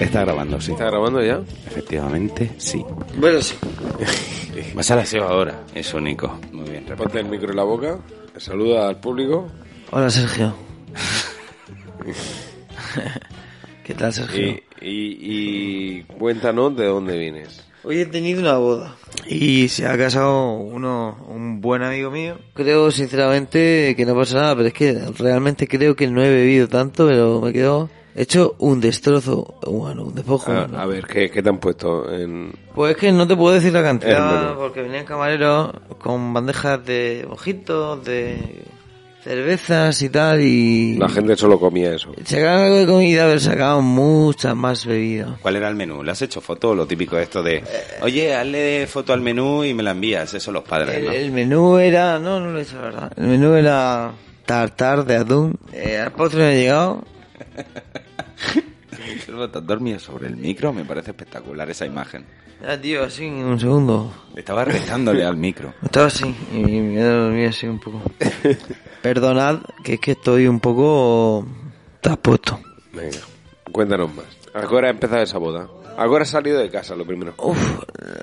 Está grabando, sí. ¿Está grabando ya? Efectivamente, sí. Bueno, sí. Vas a la cebadora. Eso, Nico. Muy bien. Ponte el micro en la boca, saluda al público Hola Sergio. ¿Qué tal Sergio? y, y- y cuéntanos de dónde vienes. Hoy he tenido una boda y se ha casado uno, un buen amigo mío. Creo sinceramente que no pasa nada, pero es que realmente creo que no he bebido tanto, pero me quedo hecho un destrozo, bueno, un despojo. A, bueno. Ah, a ver, ¿qué, qué te han puesto? En... Pues es que no te puedo decir la cantidad, Hermano. porque venían camareros con bandejas de mojitos, de cervezas y tal, y... La gente solo comía eso. Sacaban algo de comida, pero sacaban muchas más bebidas. ¿Cuál era el menú? ¿Le has hecho foto? Lo típico esto de, oye, hazle foto al menú y me la envías. Eso los padres, El, ¿no? el menú era, no, no lo he hecho la verdad. El menú era tartar de atún. Eh, al postre no he llegado. dormía sobre el micro. Me parece espectacular esa imagen. Ah, tío, así, un segundo. Estaba restándole al micro. Estaba así, y me he dormido así un poco. Perdonad, que es que estoy un poco traspuesto. Venga, cuéntanos más. Ahora ha empezado esa boda. Ahora has salido de casa, lo primero. Uf, eh,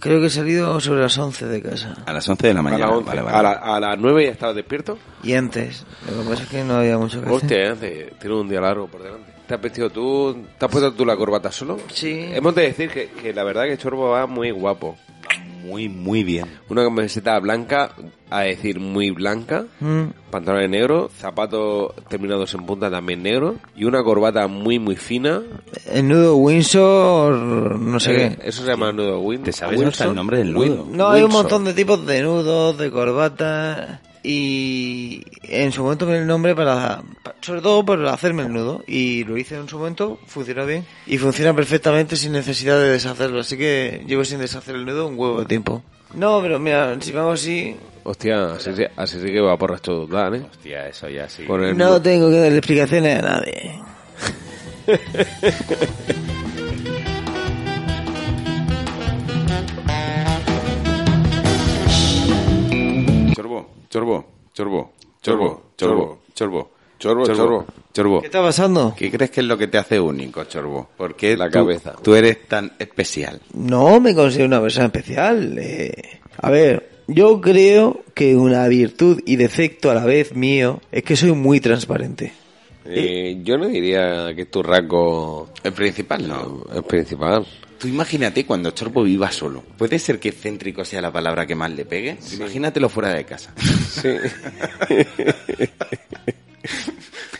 creo que he salido sobre las 11 de casa. A las 11 de la A, mañana. las 11. Vale, vale. A, la- a las 9 ya estabas despierto. Y antes, lo que pasa es que no había mucho que hacer. Hostia, eh, te- tienes un día largo por delante. ¿Te has vestido tú? ¿Te has puesto tú la corbata solo? Sí. Hemos de decir que, que la verdad que Chorbo va muy guapo. Muy, muy bien. Una camiseta blanca, a decir muy blanca, Mm, pantalones negros, zapatos terminados en punta también negros y una corbata muy muy fina. El nudo Windsor, no sé Eh, qué. Eso se llama nudo Win. ¿Te sabes hasta el nombre del nudo? No, hay un Windsor. montón de tipos de nudos, de corbatas. Y en su momento me dio el nombre para, pa- Sobre todo para hacerme el nudo. Y lo hice en su momento, funcionó bien. Y funciona perfectamente sin necesidad de deshacerlo. Así que llevo sin deshacer el nudo un huevo de tiempo. No, pero mira, si me hago así. Hostia, así, se- así sí que va por resto total, ¿eh? Hostia, eso ya sí. Con el No nudo- tengo que darle explicaciones a nadie. Chorbo, chorbo, chorbo, Chorbo, chorbo, chorbo, chorbo, Chorbo, chorbo. chorbo. ¿Qué está pasando? ¿Qué crees que es lo que te hace único, chorbo? ¿Por qué La tú- cabeza. Tú eres tan especial. No, me considero una persona especial. eh. A ver, yo creo que una virtud y defecto a la vez mío es que soy muy transparente. Eh, yo no diría que es tu rasgo El principal no. eh, principal. Tú imagínate cuando Chorbo viva solo. Puede ser que céntrico sea la palabra que más le pegue. Imagínatelo fuera de casa. Sí.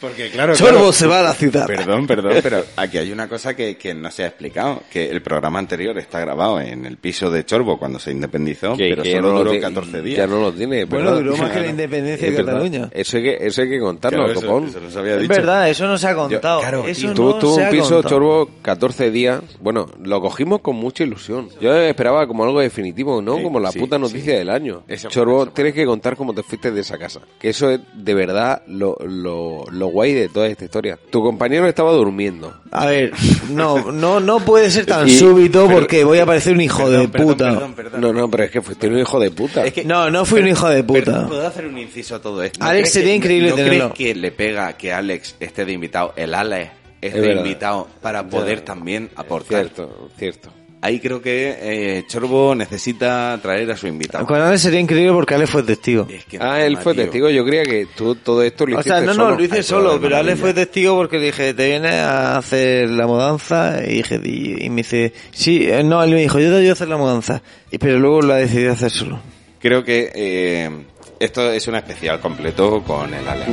Porque claro, Sorbo se va a la ciudad. Perdón, perdón, pero aquí hay una cosa que, que no se ha explicado, que el programa anterior está grabado en el piso de Chorbo cuando se independizó, pero ya solo no lo duró ti- 14 días. Ya no lo tiene. Bueno, ¿verdad? duró más que la Claro. independencia Es de verdad. Cataluña. Eso hay que, eso hay que contarlo, Claro, eso- copón. eso no se había Es dicho. verdad, eso no se ha contado. claro, eso tío. no Tú, tú se un ha piso contado. chorbo 14 días. Bueno, lo cogimos con mucha ilusión. Yo esperaba como algo definitivo, ¿no? Sí, como la sí, puta noticia sí. del año. Eso fue, chorbo, eso fue. tienes que contar cómo te fuiste de esa casa. Que eso es de verdad lo, lo, lo guay de toda esta historia. Tu compañero estaba durmiendo. A ver, no, no, no puede ser tan Y- súbito pero- porque voy a parecer un hijo Perdón, de perdón, puta. perdón, perdón. No, no, pero es que fuiste un hijo de puta. Es que- No, no fui un hijo de puta. ¿Puedo hacer un inciso a todo esto? Alex, crees sería que- increíble ¿no tenerlo. crees que le pega que Alex esté de invitado, el Alex Es esté verdad. invitado para poder también aportar? cierto, cierto. Ahí creo que eh, Chorbo necesita traer a su invitado. Con Ale sería increíble porque Ale fue testigo. Es que Ah, él encima, fue tío, testigo. Yo creía que tú todo esto lo O hiciste sea, no, no, solo. lo hice Ay, solo, joder, pero Ale maravilla. fue testigo porque le dije, ¿te vienes a hacer la mudanza? Y, dije, y, y me dice, sí, eh, no, él me dijo, yo te ayudo a hacer la mudanza. Y, pero luego la decidí hacer solo. Creo que eh, esto es una especial completo con el Alex.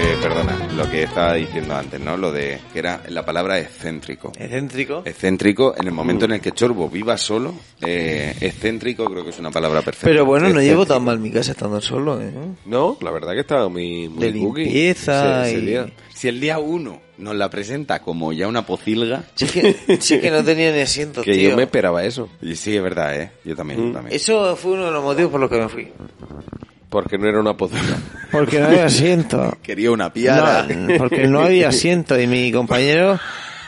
Eh, que estaba diciendo antes, ¿no? Lo de que era la palabra excéntrico. Excéntrico. Excéntrico, en el momento en el que Chorbo viva solo, eh, excéntrico creo que es una palabra perfecta. Pero bueno, no llevo Excéntrico. tan mal mi casa estando solo, ¿eh? No, la verdad que estaba muy, muy De cookie. limpieza Ese- ese y- día. Si el día uno nos la presenta como ya una pocilga... Si es que, si es que no tenía ni asiento, Que tío. yo me esperaba eso. Y sí, es verdad, ¿eh? Yo también, yo también. Eso fue uno de los motivos por los que me fui. Porque no era una pozona. Porque no había asiento. Quería una piara. Mm. No, porque no había asiento y mi compañero...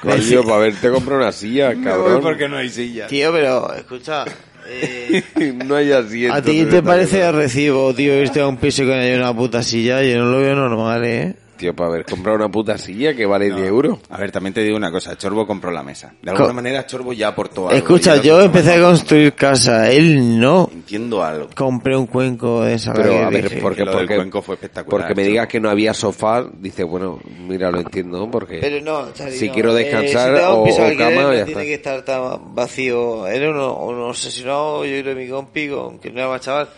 me decía, Coño, para verte comprar una silla, cabrón. porque no hay silla. tío, pero escucha... eh, no hay asiento. ¿A ti de te verdad, parece ¿verdad? a recibo, tío, irte a un piso que hay una puta silla? Yo no lo veo normal, ¿eh? Tío, para haber comprado una puta silla que vale 10 euros. A ver, también te digo una cosa, Chorbo compró la mesa. De alguna Co- manera Chorbo ya aportó algo. Escucha, Ya yo lo- empecé a construir casa, él no. Entiendo algo. Compré un cuenco de esa Pero a que ver, dije. porque, Que lo del porque, cuenco fue espectacular, porque me tío. digas que no había sofá, dice, bueno, mira, lo entiendo, porque... Pero no, Charlie, Si no. Eh, quiero descansar si tengo un o- piso o de alquiler, cama, no ya tiene está. que estar tan vacío. Era uno, un obsesionado, yo creo, mi compi, con, que no era más chaval.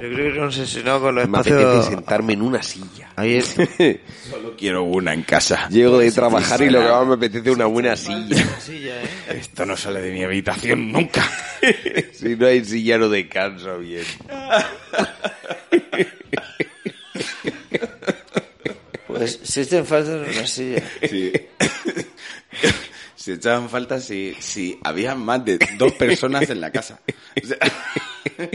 Yo creo que era un obsesionado con los me apetece espacios. sentarme en una silla. Ayer, Solo quiero una en casa. Llego de trabajar y lo que más me apetece es una buena silla. ¿eh? Esto no sale de mi habitación nunca. Si no hay silla no descanso bien. pues si te falta una silla. Sí. Se echaban falta si, si había más de dos personas en la casa. O sea,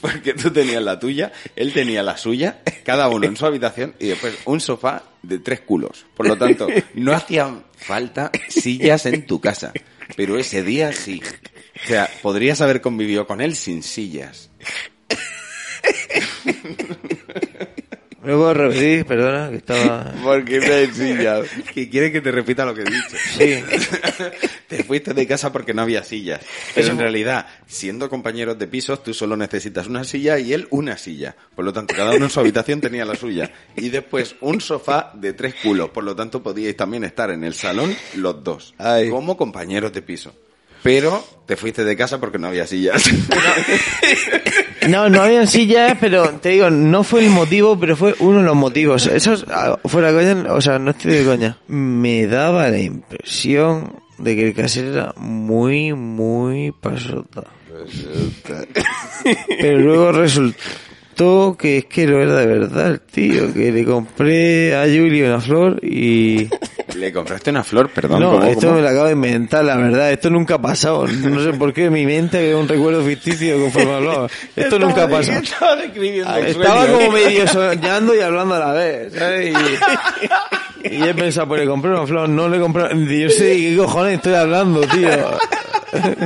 porque tú tenías la tuya, él tenía la suya, cada uno en su habitación y después un sofá de tres culos. Por lo tanto, no hacían falta sillas en tu casa. Pero ese día sí. O sea, podrías haber convivido con él sin sillas. Me lo puedo repetir, perdona, que estaba... Porque no hay silla. Que quiere que te repita lo que he dicho. Sí. Te fuiste de casa porque no había sillas. Pero en realidad, siendo compañeros de pisos, tú solo necesitas una silla y él una silla. Por lo tanto, cada uno en su habitación tenía la suya. Y después un sofá de tres culos. Por lo tanto, podíais también estar en el salón los dos. Ay. Como compañeros de piso. Pero te fuiste de casa porque no había sillas. No, no habían sillas, pero te digo, no fue el motivo, pero fue uno de los motivos. Eso es, ah, fuera coña, o sea, no estoy de coña. Me daba la impresión de que el casero era muy, muy pasota. Pero luego resultó que es que lo era de verdad, el tío, que le compré a Julio una flor y... Le compraste una flor, perdón. No, ¿cómo, esto cómo? me lo acabo de inventar, la verdad. Esto nunca ha pasado. No sé por qué mi mente creó un recuerdo ficticio conforme hablaba. Esto nunca ha pasado. Estaba describiendo Ah, un Estaba sueño. como medio soñando y hablando a la vez, ¿sabes? Y, y he pensado, pues le compré una flor, no le compré... y Yo sé de qué cojones estoy hablando, tío.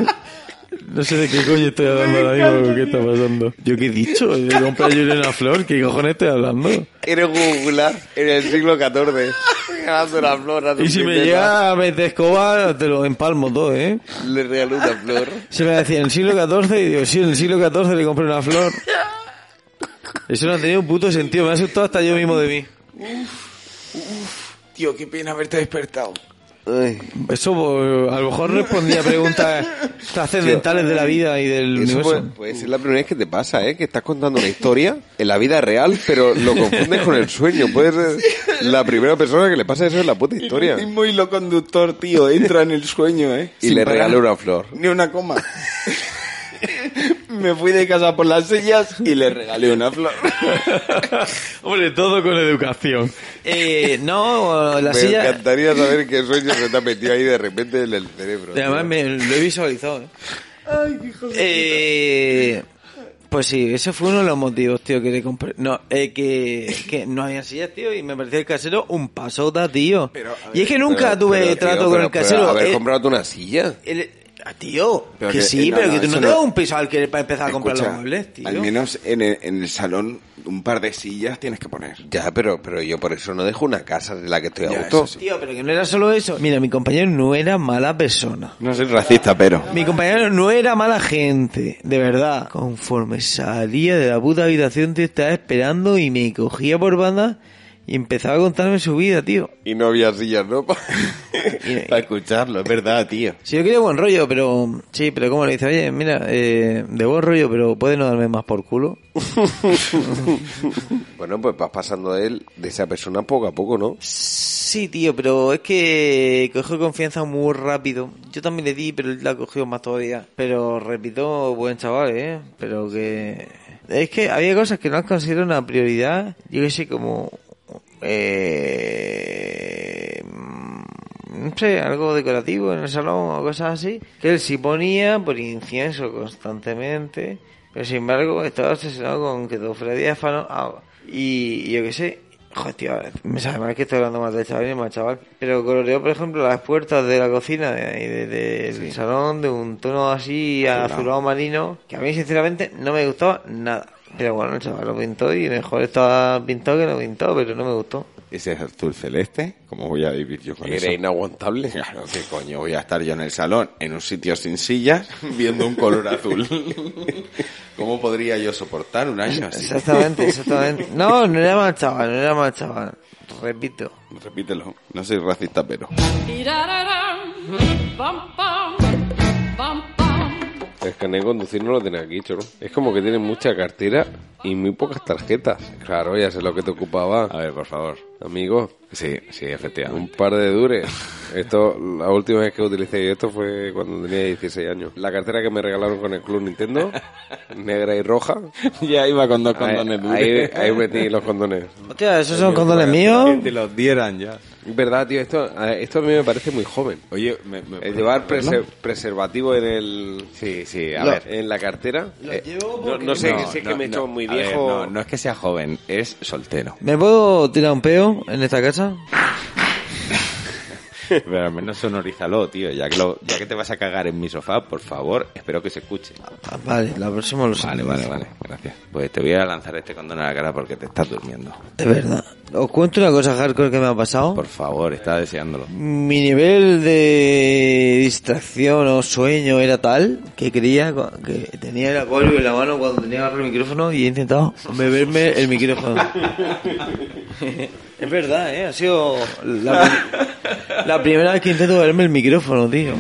No sé de qué coño estoy hablando ahora mismo, qué está pasando. ¿Yo qué he dicho? Le compré a Julia una flor, ¿qué cojones estoy hablando? Eres jugular en el siglo XIV. Ganando la flor a tu Y si me princesa. llega a meter escoba, te lo empalmo todo, ¿eh? Le regaló una flor. Se me decía en el siglo XIV y digo, sí, en el siglo XIV le compré una flor. Eso no ha tenido un puto sentido, me ha asustado hasta yo mismo de mí. Tío, qué pena haberte despertado. Eso pues, a lo mejor respondía a preguntas trascendentales de la vida y del Eso universo. puede, puede ser pues, la primera vez que te pasa, ¿eh? Que estás contando una historia en la vida real, pero lo confundes con el sueño. Puedes ser la primera persona que le pasa eso en la puta historia. El mismo hilo conductor, tío, entra en el sueño, ¿eh? Y Sin le parar. regaló una flor. Ni una coma. Me fui de casa por las sillas y le regalé una flor. Hombre, todo con educación. Eh, no, la me silla... encantaría saber qué sueño se te ha metido ahí de repente en el cerebro. Y además tío. me, lo he visualizado, ¿eh? Eh, Pues sí, ese fue uno de los motivos, tío, que le compré. No, eh, que, que no había sillas, tío, y me parecía el casero un pasota, tío. y es que nunca Pero- tuve pero, tío, trato con pero- el pero casero. Haber eh, comprado tú una silla. el- ah, tío, Pero que, que- sí, eh, no, pero no, que tú eso no te no- das un piso al que para empezar a comprar los Escucha, muebles, tío. Al menos en el, en el salón un par de sillas tienes que poner. Ya, pero, pero yo por eso no dejo una casa en la que estoy a Ya, gusto. eso sí. Tío, pero que no era solo eso. Mira, mi compañero no era mala persona. No soy racista, pero... Mi compañero no era mala gente, de verdad. Conforme salía de la puta habitación te estaba esperando y me cogía por banda Y empezaba a contarme su vida, tío. Y no había sillas, ¿no? Para escucharlo, es verdad, tío. Sí, yo quería buen rollo, pero... Sí, pero como le dice, oye, mira, eh, de buen rollo, pero puede no darme más por culo. bueno, pues vas pasando de él, de esa persona poco a poco, ¿no? Sí, tío, pero es que cogió confianza muy rápido. Yo también le di, pero él la cogió más todavía. Pero repito, buen chaval, ¿eh? Pero que... Es que había cosas que no has considerado una prioridad. Yo qué sé, como... Eh... No sé, algo decorativo en el salón o cosas así. Que él sí ponía por incienso constantemente. Pero sin embargo, estaba obsesionado con que Don Freddy Afano... Ah, y, y yo qué sé, Joder, tío, me sabe mal que estoy hablando más del chaval y más del chaval. Pero coloreó, por ejemplo, las puertas de la cocina y de- de- del salón de un tono así azulado marino, que a mí, sinceramente, no me gustaba nada. Pero bueno, el chaval lo pintó y mejor estaba pintado que no pintado, pero no me gustó. Ese es azul celeste. ¿Cómo voy a vivir yo con Era eso? inaguantable. Claro, ¿qué coño voy a estar yo en el salón, en un sitio sin sillas, viendo un color azul? ¿Cómo podría yo soportar un año así? Exactamente, exactamente. No, no era mal chaval, no era mal chaval. Repito. Repítelo, no soy racista, pero... El carnet de conducir no lo tenés aquí, choro. Es como que tienes mucha cartera y muy pocas tarjetas. Claro, ya sé lo que te A ocupaba, ver, por favor. amigo. Sí, sí, Un efectivamente. par de dures. Esto, la última vez que utilicé esto fue cuando tenía 16 años. La cartera que me regalaron con el Club Nintendo, negra y roja. ya iba con dos Ahí, ahí, ahí metí los condones. Hostia, ¿esos son condones míos? te los dieran ya. Es verdad, tío, esto, a- esto a mí me parece muy joven. Oye, me, me- El llevar prese- preservativo en el... Sí, sí, a Lo- ver. En la cartera. Lo eh, llevo no, porque no sé, no- sé que me he hecho muy a ver, viejo. Eh, no, no es que sea joven, es soltero. ¿Me puedo tirar un peo en esta casa? Pero al menos sonorízalo, tío. Ya que, lo- ya que te vas a cagar en mi sofá, por favor, espero que se escuche. Ah, vale, la próxima lo Vale, vale, vale. Gracias. Pues te voy a lanzar este condón a la cara porque te estás durmiendo. De verdad. Os cuento una cosa hardcore que me ha pasado. Por favor, estaba deseándolo. Mi nivel de distracción o sueño era tal que creía cu- que tenía el acuario en la mano cuando tenía agarrado el micrófono y he intentado beberme el micrófono. es verdad, ¿eh? Ha sido la, pri- la primera vez que intento beberme el micrófono, tío.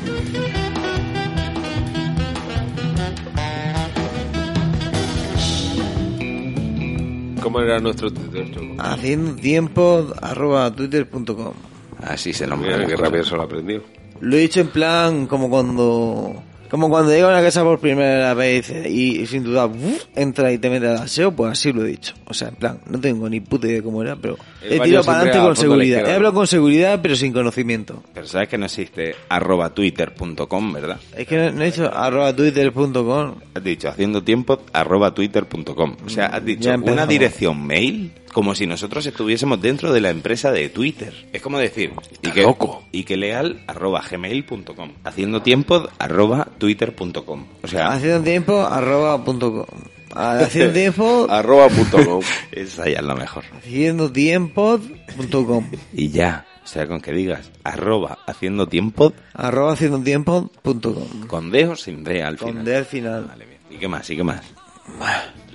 ¿Cómo era nuestro Twitter, Choco? Haciendo tiempo arroba twitter.com. Así se nombra. Mira, la qué cosa. rápido se lo aprendió. Lo he dicho en plan como cuando... Como cuando llega a una casa por primera vez y sin duda ¡buf! entra y te mete al aseo, pues así lo he dicho. O sea, en plan, no tengo ni puta idea de cómo era, pero El he baño tirado para siempre adelante con al fondo a la seguridad. izquierda. He hablado con seguridad, pero sin conocimiento. Pero sabes que no existe arroba twitter.com, ¿verdad? Es que no, no he dicho arroba twitter.com. Has dicho haciendo tiempo arroba twitter.com. O sea, has dicho Ya una empezamos. dirección mail como si nosotros estuviésemos dentro de la empresa de Twitter. Es como decir, y que, loco. Y que leal arroba gmail.com. Haciendo tiempo arroba twitter.com. O sea, Haciendo tiempo arroba punto com. Haciendo tiempo Arroba punto com. esa ya es la mejor. haciendo tiempo punto com. Y ya. O sea, con que digas arroba haciendo tiempo Arroba haciendo tiempo punto com. con D o sin D al final. Con D al final. Vale, bien. ¿Y qué más? ¿Y qué más?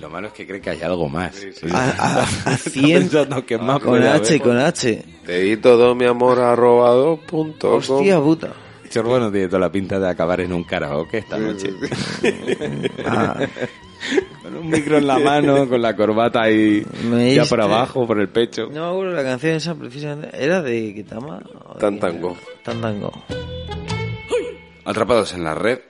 Lo malo es que cree que hay algo más. A- a- Está haciendo pensando que más Ah, con puede H, haber. con pues. H. Te di todo mi amor arroba dos punto com. Hostia puta. Chorbo no tiene toda la pinta de acabar en un karaoke esta noche. Ah, Con un micro en la mano, con la corbata ahí Me ya diste- por abajo, por el pecho. no me acuerdo la canción esa precisamente. ¿Era de Kitama? o de Tan quién era? Tango. Tan Tango. Atrapados en la red,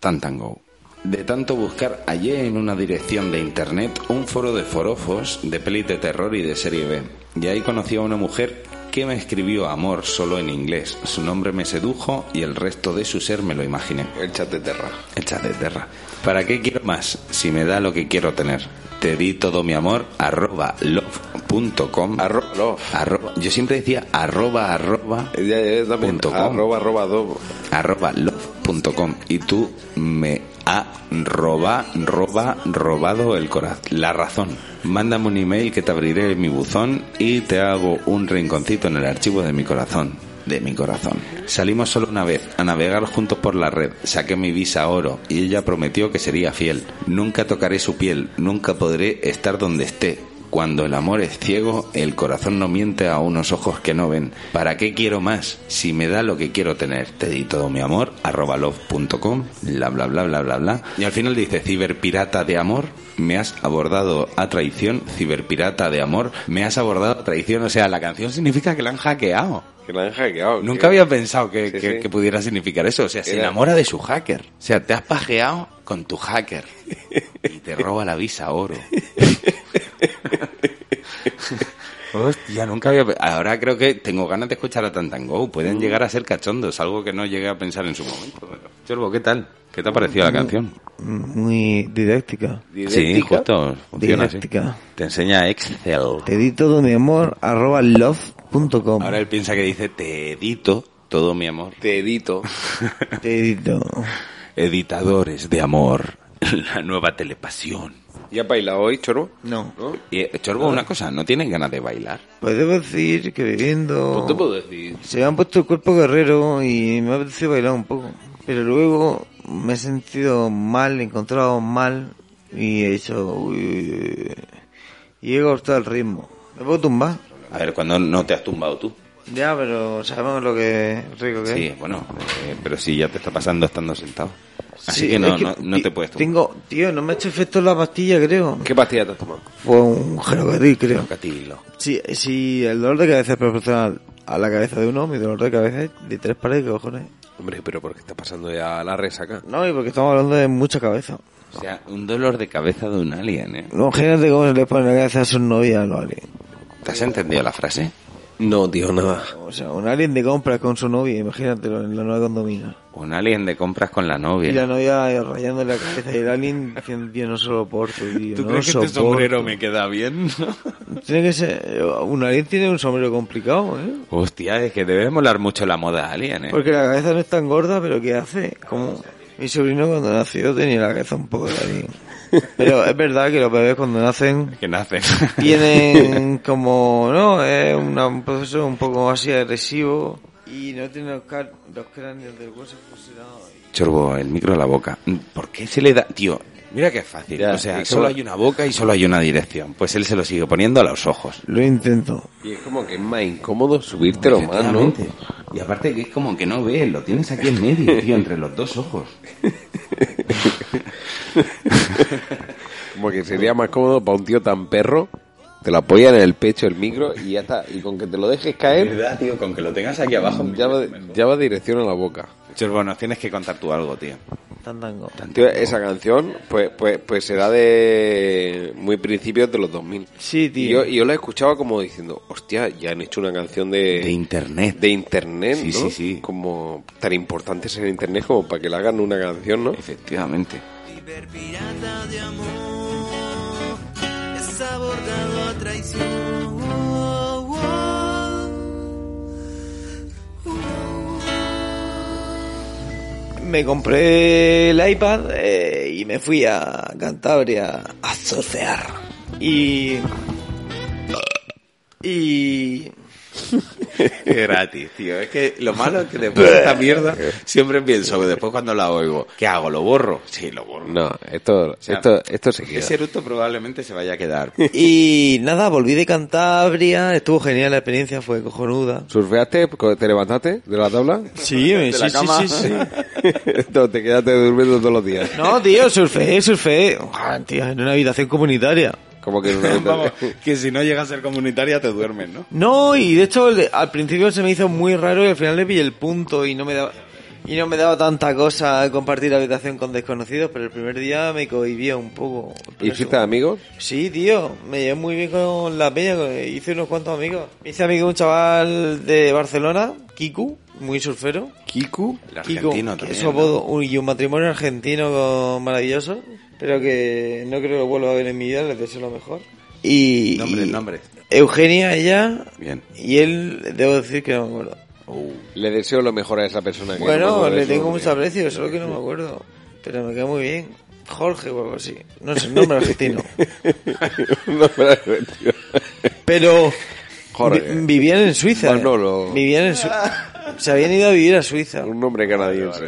Tantango. De tanto buscar hallé en una dirección de internet un foro de forofos, de pelis de terror y de serie B. Y ahí conocí a una mujer que me escribió amor solo en inglés. Su nombre me sedujo y el resto de su ser me lo imaginé. El chat de Terra. Hechas de tierra. ¿Para qué quiero más si me da lo que quiero tener? Te di todo mi amor, arroba love.com. Arroba love. Arroba- yo siempre decía arroba arroba Ya, ya, ya, también. Punto com. Arroba arroba dos. arroba love.com y tú me ha roba, roba, robado el corazón. La razón. Mándame un email que te abriré mi buzón y te hago un rinconcito en el archivo de mi corazón. De mi corazón. Salimos solo una vez a navegar juntos por la red. Saqué mi visa oro y ella prometió que sería fiel. Nunca tocaré su piel, nunca podré estar donde esté. Cuando el amor es ciego, el corazón no miente a unos ojos que no ven. ¿Para qué quiero más? Si me da lo que quiero tener. Te di todo mi amor, arroba love.com, bla bla bla bla bla bla. Y al final dice, ciberpirata de amor, me has abordado a traición, ciberpirata de amor, me has abordado a traición. O sea, la canción significa que la han hackeado. Que la han hackeado. Nunca que- había pensado que, Sí, que- sí. que pudiera significar eso. O sea, se Era- enamora de su hacker. O sea, te has pajeado con tu hacker. Y te roba la visa oro. Hostia, nunca había... pe- Ahora creo que tengo ganas de escuchar a Tantango. Pueden llegar a ser cachondos, algo que no llegué a pensar en su momento. Chorbo, ¿qué tal? ¿Qué te ha parecido la canción? Mm, Muy didáctica. Sí, justo. Funciona así. Didáctica. Te enseña Excel. Te di todo mi amor, arroba love.com. Ahora él piensa que dice, te edito todo mi amor. Te edito. Te di todo. Editadores de amor, la nueva telepasión. ¿Ya has bailado hoy, Choro? No. ¿No? Y, eh, Chorbo, una cosa, ¿no tienes ganas de bailar? Pues debo decir que viviendo... te puedo decir. Se me han puesto el cuerpo guerrero y me ha apetecido bailar un poco. Pero luego me he sentido mal, encontrado mal y he hecho... uy, uy, uy. Y he cortado el ritmo. ¿Me puedo tumbar? A ver, cuando no te has tumbado tú? Ya, pero sabemos lo que rico que Sí, es. bueno, eh, pero si ya te está pasando estando sentado. Así Sí, que, no, es que no, no ti- te puedes tumbar. Tengo... Tío, no me ha hecho efecto la pastilla, creo. ¿Qué pastilla te has tomado? Fue un gelocatil, creo. Catilo. Sí, sí, el dolor de cabeza es proporcional a la cabeza de uno, mi dolor de cabeza es de tres pares de cojones. Hombre, pero ¿por qué está pasando ya la resaca? No, y porque estamos hablando de mucha cabeza. O sea, un dolor de cabeza de un alien, ¿eh? No, imagínate cómo se le pone la cabeza a sus novias a los aliens. ¿Te has entendido la frase? No, tío, nada. O sea, un alien de compras con su novia, imagínatelo, en la nueva condomina. Un alien de compras con la Y la novia. novia rayándole la cabeza y el alien diciendo, tío, no solo por tío, no soporto". este queda bien? Tiene que ser... Un alien tiene un sombrero complicado, ¿eh? Hostia, es que debe molar mucho la moda alien, ¿eh? Porque la cabeza no es tan gorda, pero ¿qué hace? Como mi sobrino cuando nació tenía la cabeza un poco de alien. Pero es verdad que los bebés cuando nacen Que nacen. tienen como, ¿no? Es una- un proceso un poco así agresivo y no tienen los, car- los cráneos del hueso fusionados. Chorbo, el micro a la boca. ¿Por qué se le da...? Tío, mira que es fácil. Ya, o sea, es solo como- hay una boca y solo hay una dirección. Pues él se lo sigue poniendo a los ojos. Lo intento. Y es como que es más incómodo subírtelo más, ¿no? Efectivamente. Y aparte que es como que no ves, lo tienes aquí en medio, tío, entre los dos ojos. Como que sería más cómodo para un tío tan perro. Te lo apoyan en el pecho el micro y ya está. Y con que te lo dejes caer, verdad, tío, con que Mm, lo tengas aquí abajo. ya va, ya va dirección a la boca. Chorbo, nos tienes que contar tú algo, tío. Tandango. Tío, esa canción, pues, pues, pues será de muy principios de los 2000. Sí, Y tío. yo, y yo la escuchaba como diciendo, hostia, ya han hecho una canción de, De internet. de internet, Sí, ¿no? sí, sí. Como tan importante es el internet como para que le hagan una canción, ¿no? Efectivamente. Ciberpirata de amor es abordado a traición. Oh, oh. Oh, Me compré el iPad eh, y me fui a Cantabria a surfear. Y... Y... Gratis, tío. Es que lo malo es que después de esta mierda siempre pienso que después cuando la oigo, ¿qué hago? ¿Lo borro? Sí, lo borro. No, esto, sea, esto, esto se queda. Ese eructo probablemente se vaya a quedar. Y nada, volví de Cantabria, estuvo genial la experiencia, fue cojonuda. ¿Surfeaste? co- ¿Te levantaste de la tabla? Sí, De la cama. no, te quedaste durmiendo todos los días. No, tío, surfeé, surfeé. Ojalá, tío, en una habitación comunitaria. Como que en una- Vamos, que si no llegas a ser comunitaria te duermes, ¿no? No, y de hecho el- al principio se me hizo muy raro y al final le pillé el punto y no me daba y no me daba tanta cosa compartir habitación con desconocidos, pero el primer día me cohibía un poco. Pero ¿Hiciste eso- amigos? Sí, tío, me llevé muy bien con la peña, con- hice unos cuantos amigos. Me hice amigo de un chaval de Barcelona, Kiku, muy surfero. ¿Kiku? El argentino que también. es su ¿no? apodo, un- y un matrimonio argentino con- maravilloso, pero que no creo que vuelva a ver en mi vida, les deseo lo mejor. Y, Nombres, y- nombres. Eugenia, ella, Bien. y él, debo decir que no me acuerdo. Le deseo lo mejor a esa persona. que no me Bueno, acuerdo de le su tengo nombre. mucho aprecio, solo que no me acuerdo, pero me queda muy bien. Jorge o algo así, no sé, nombre argentino. No, pero, tío, Pero Jorge. vi- vivían en Suiza. Manolo. Vivían en Su- Se habían ido a vivir a Suiza. Un nombre canadiense.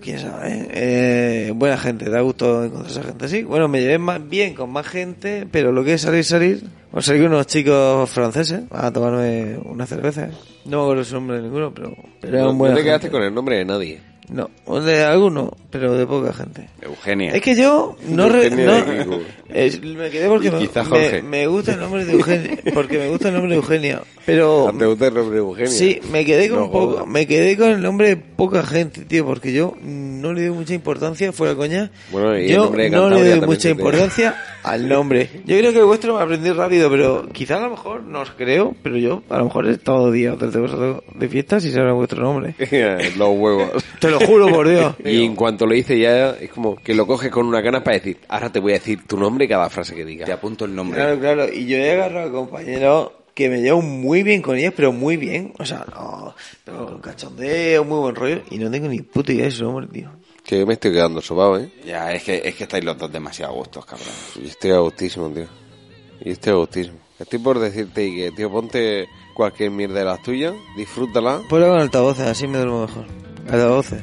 quién sabe. Eh, buena gente, da gusto encontrarse gente así. Bueno, me llevé más bien con más gente, pero lo que es salir, salir. Pues salí con unos chicos franceses a tomarme unas cervezas. No me acuerdo su nombre de ninguno, pero, pero No, eran no buena te quedaste gente. con el nombre de nadie. No, o de alguno, pero de poca gente. Eugenia. Es que yo no, re- Eugenia no- de Guigo. es- me quedé porque Y me, quizá me- Jorge. me gusta el nombre de Eugenia, porque me gusta el nombre de Eugenia, pero Ah, ¿Te gusta el nombre de Eugenia? sí, me quedé con No, poco, joder. me quedé con el nombre de poca gente, tío, porque yo no le doy mucha importancia fuera coña. Bueno, y el yo nombre de no le Cantabria doy también mucha se te- importancia al nombre. Yo creo que el vuestro me aprendí rápido, pero quizá a lo mejor no os creo, pero yo a lo mejor he estado dos días o tres de vosotros de fiestas y sabrá vuestro nombre. Los huevos. Te lo juro por Dios. Y en cuanto lo dice ya, es como que lo coges con una ganas para decir, ahora te voy a decir tu nombre y cada frase que Te digas. apunto el nombre. Claro, claro. Y yo he agarrado a compañeros que me llevo muy bien con ellos, pero muy bien. O sea, no, pero con cachondeo, muy buen rollo. Y no tengo ni puta idea de su nombre, tío. Que yo me estoy quedando sobado, ¿eh? Ya, es que, es que estáis los dos demasiado a gustos, cabrón. Yo estoy agustísimo, tío. Yo estoy agustísimo. Estoy por decirte que, tío, ponte cualquier mierda de las tuyas, disfrútala. Ponlo con altavoces, así me duermo mejor. Altavoces.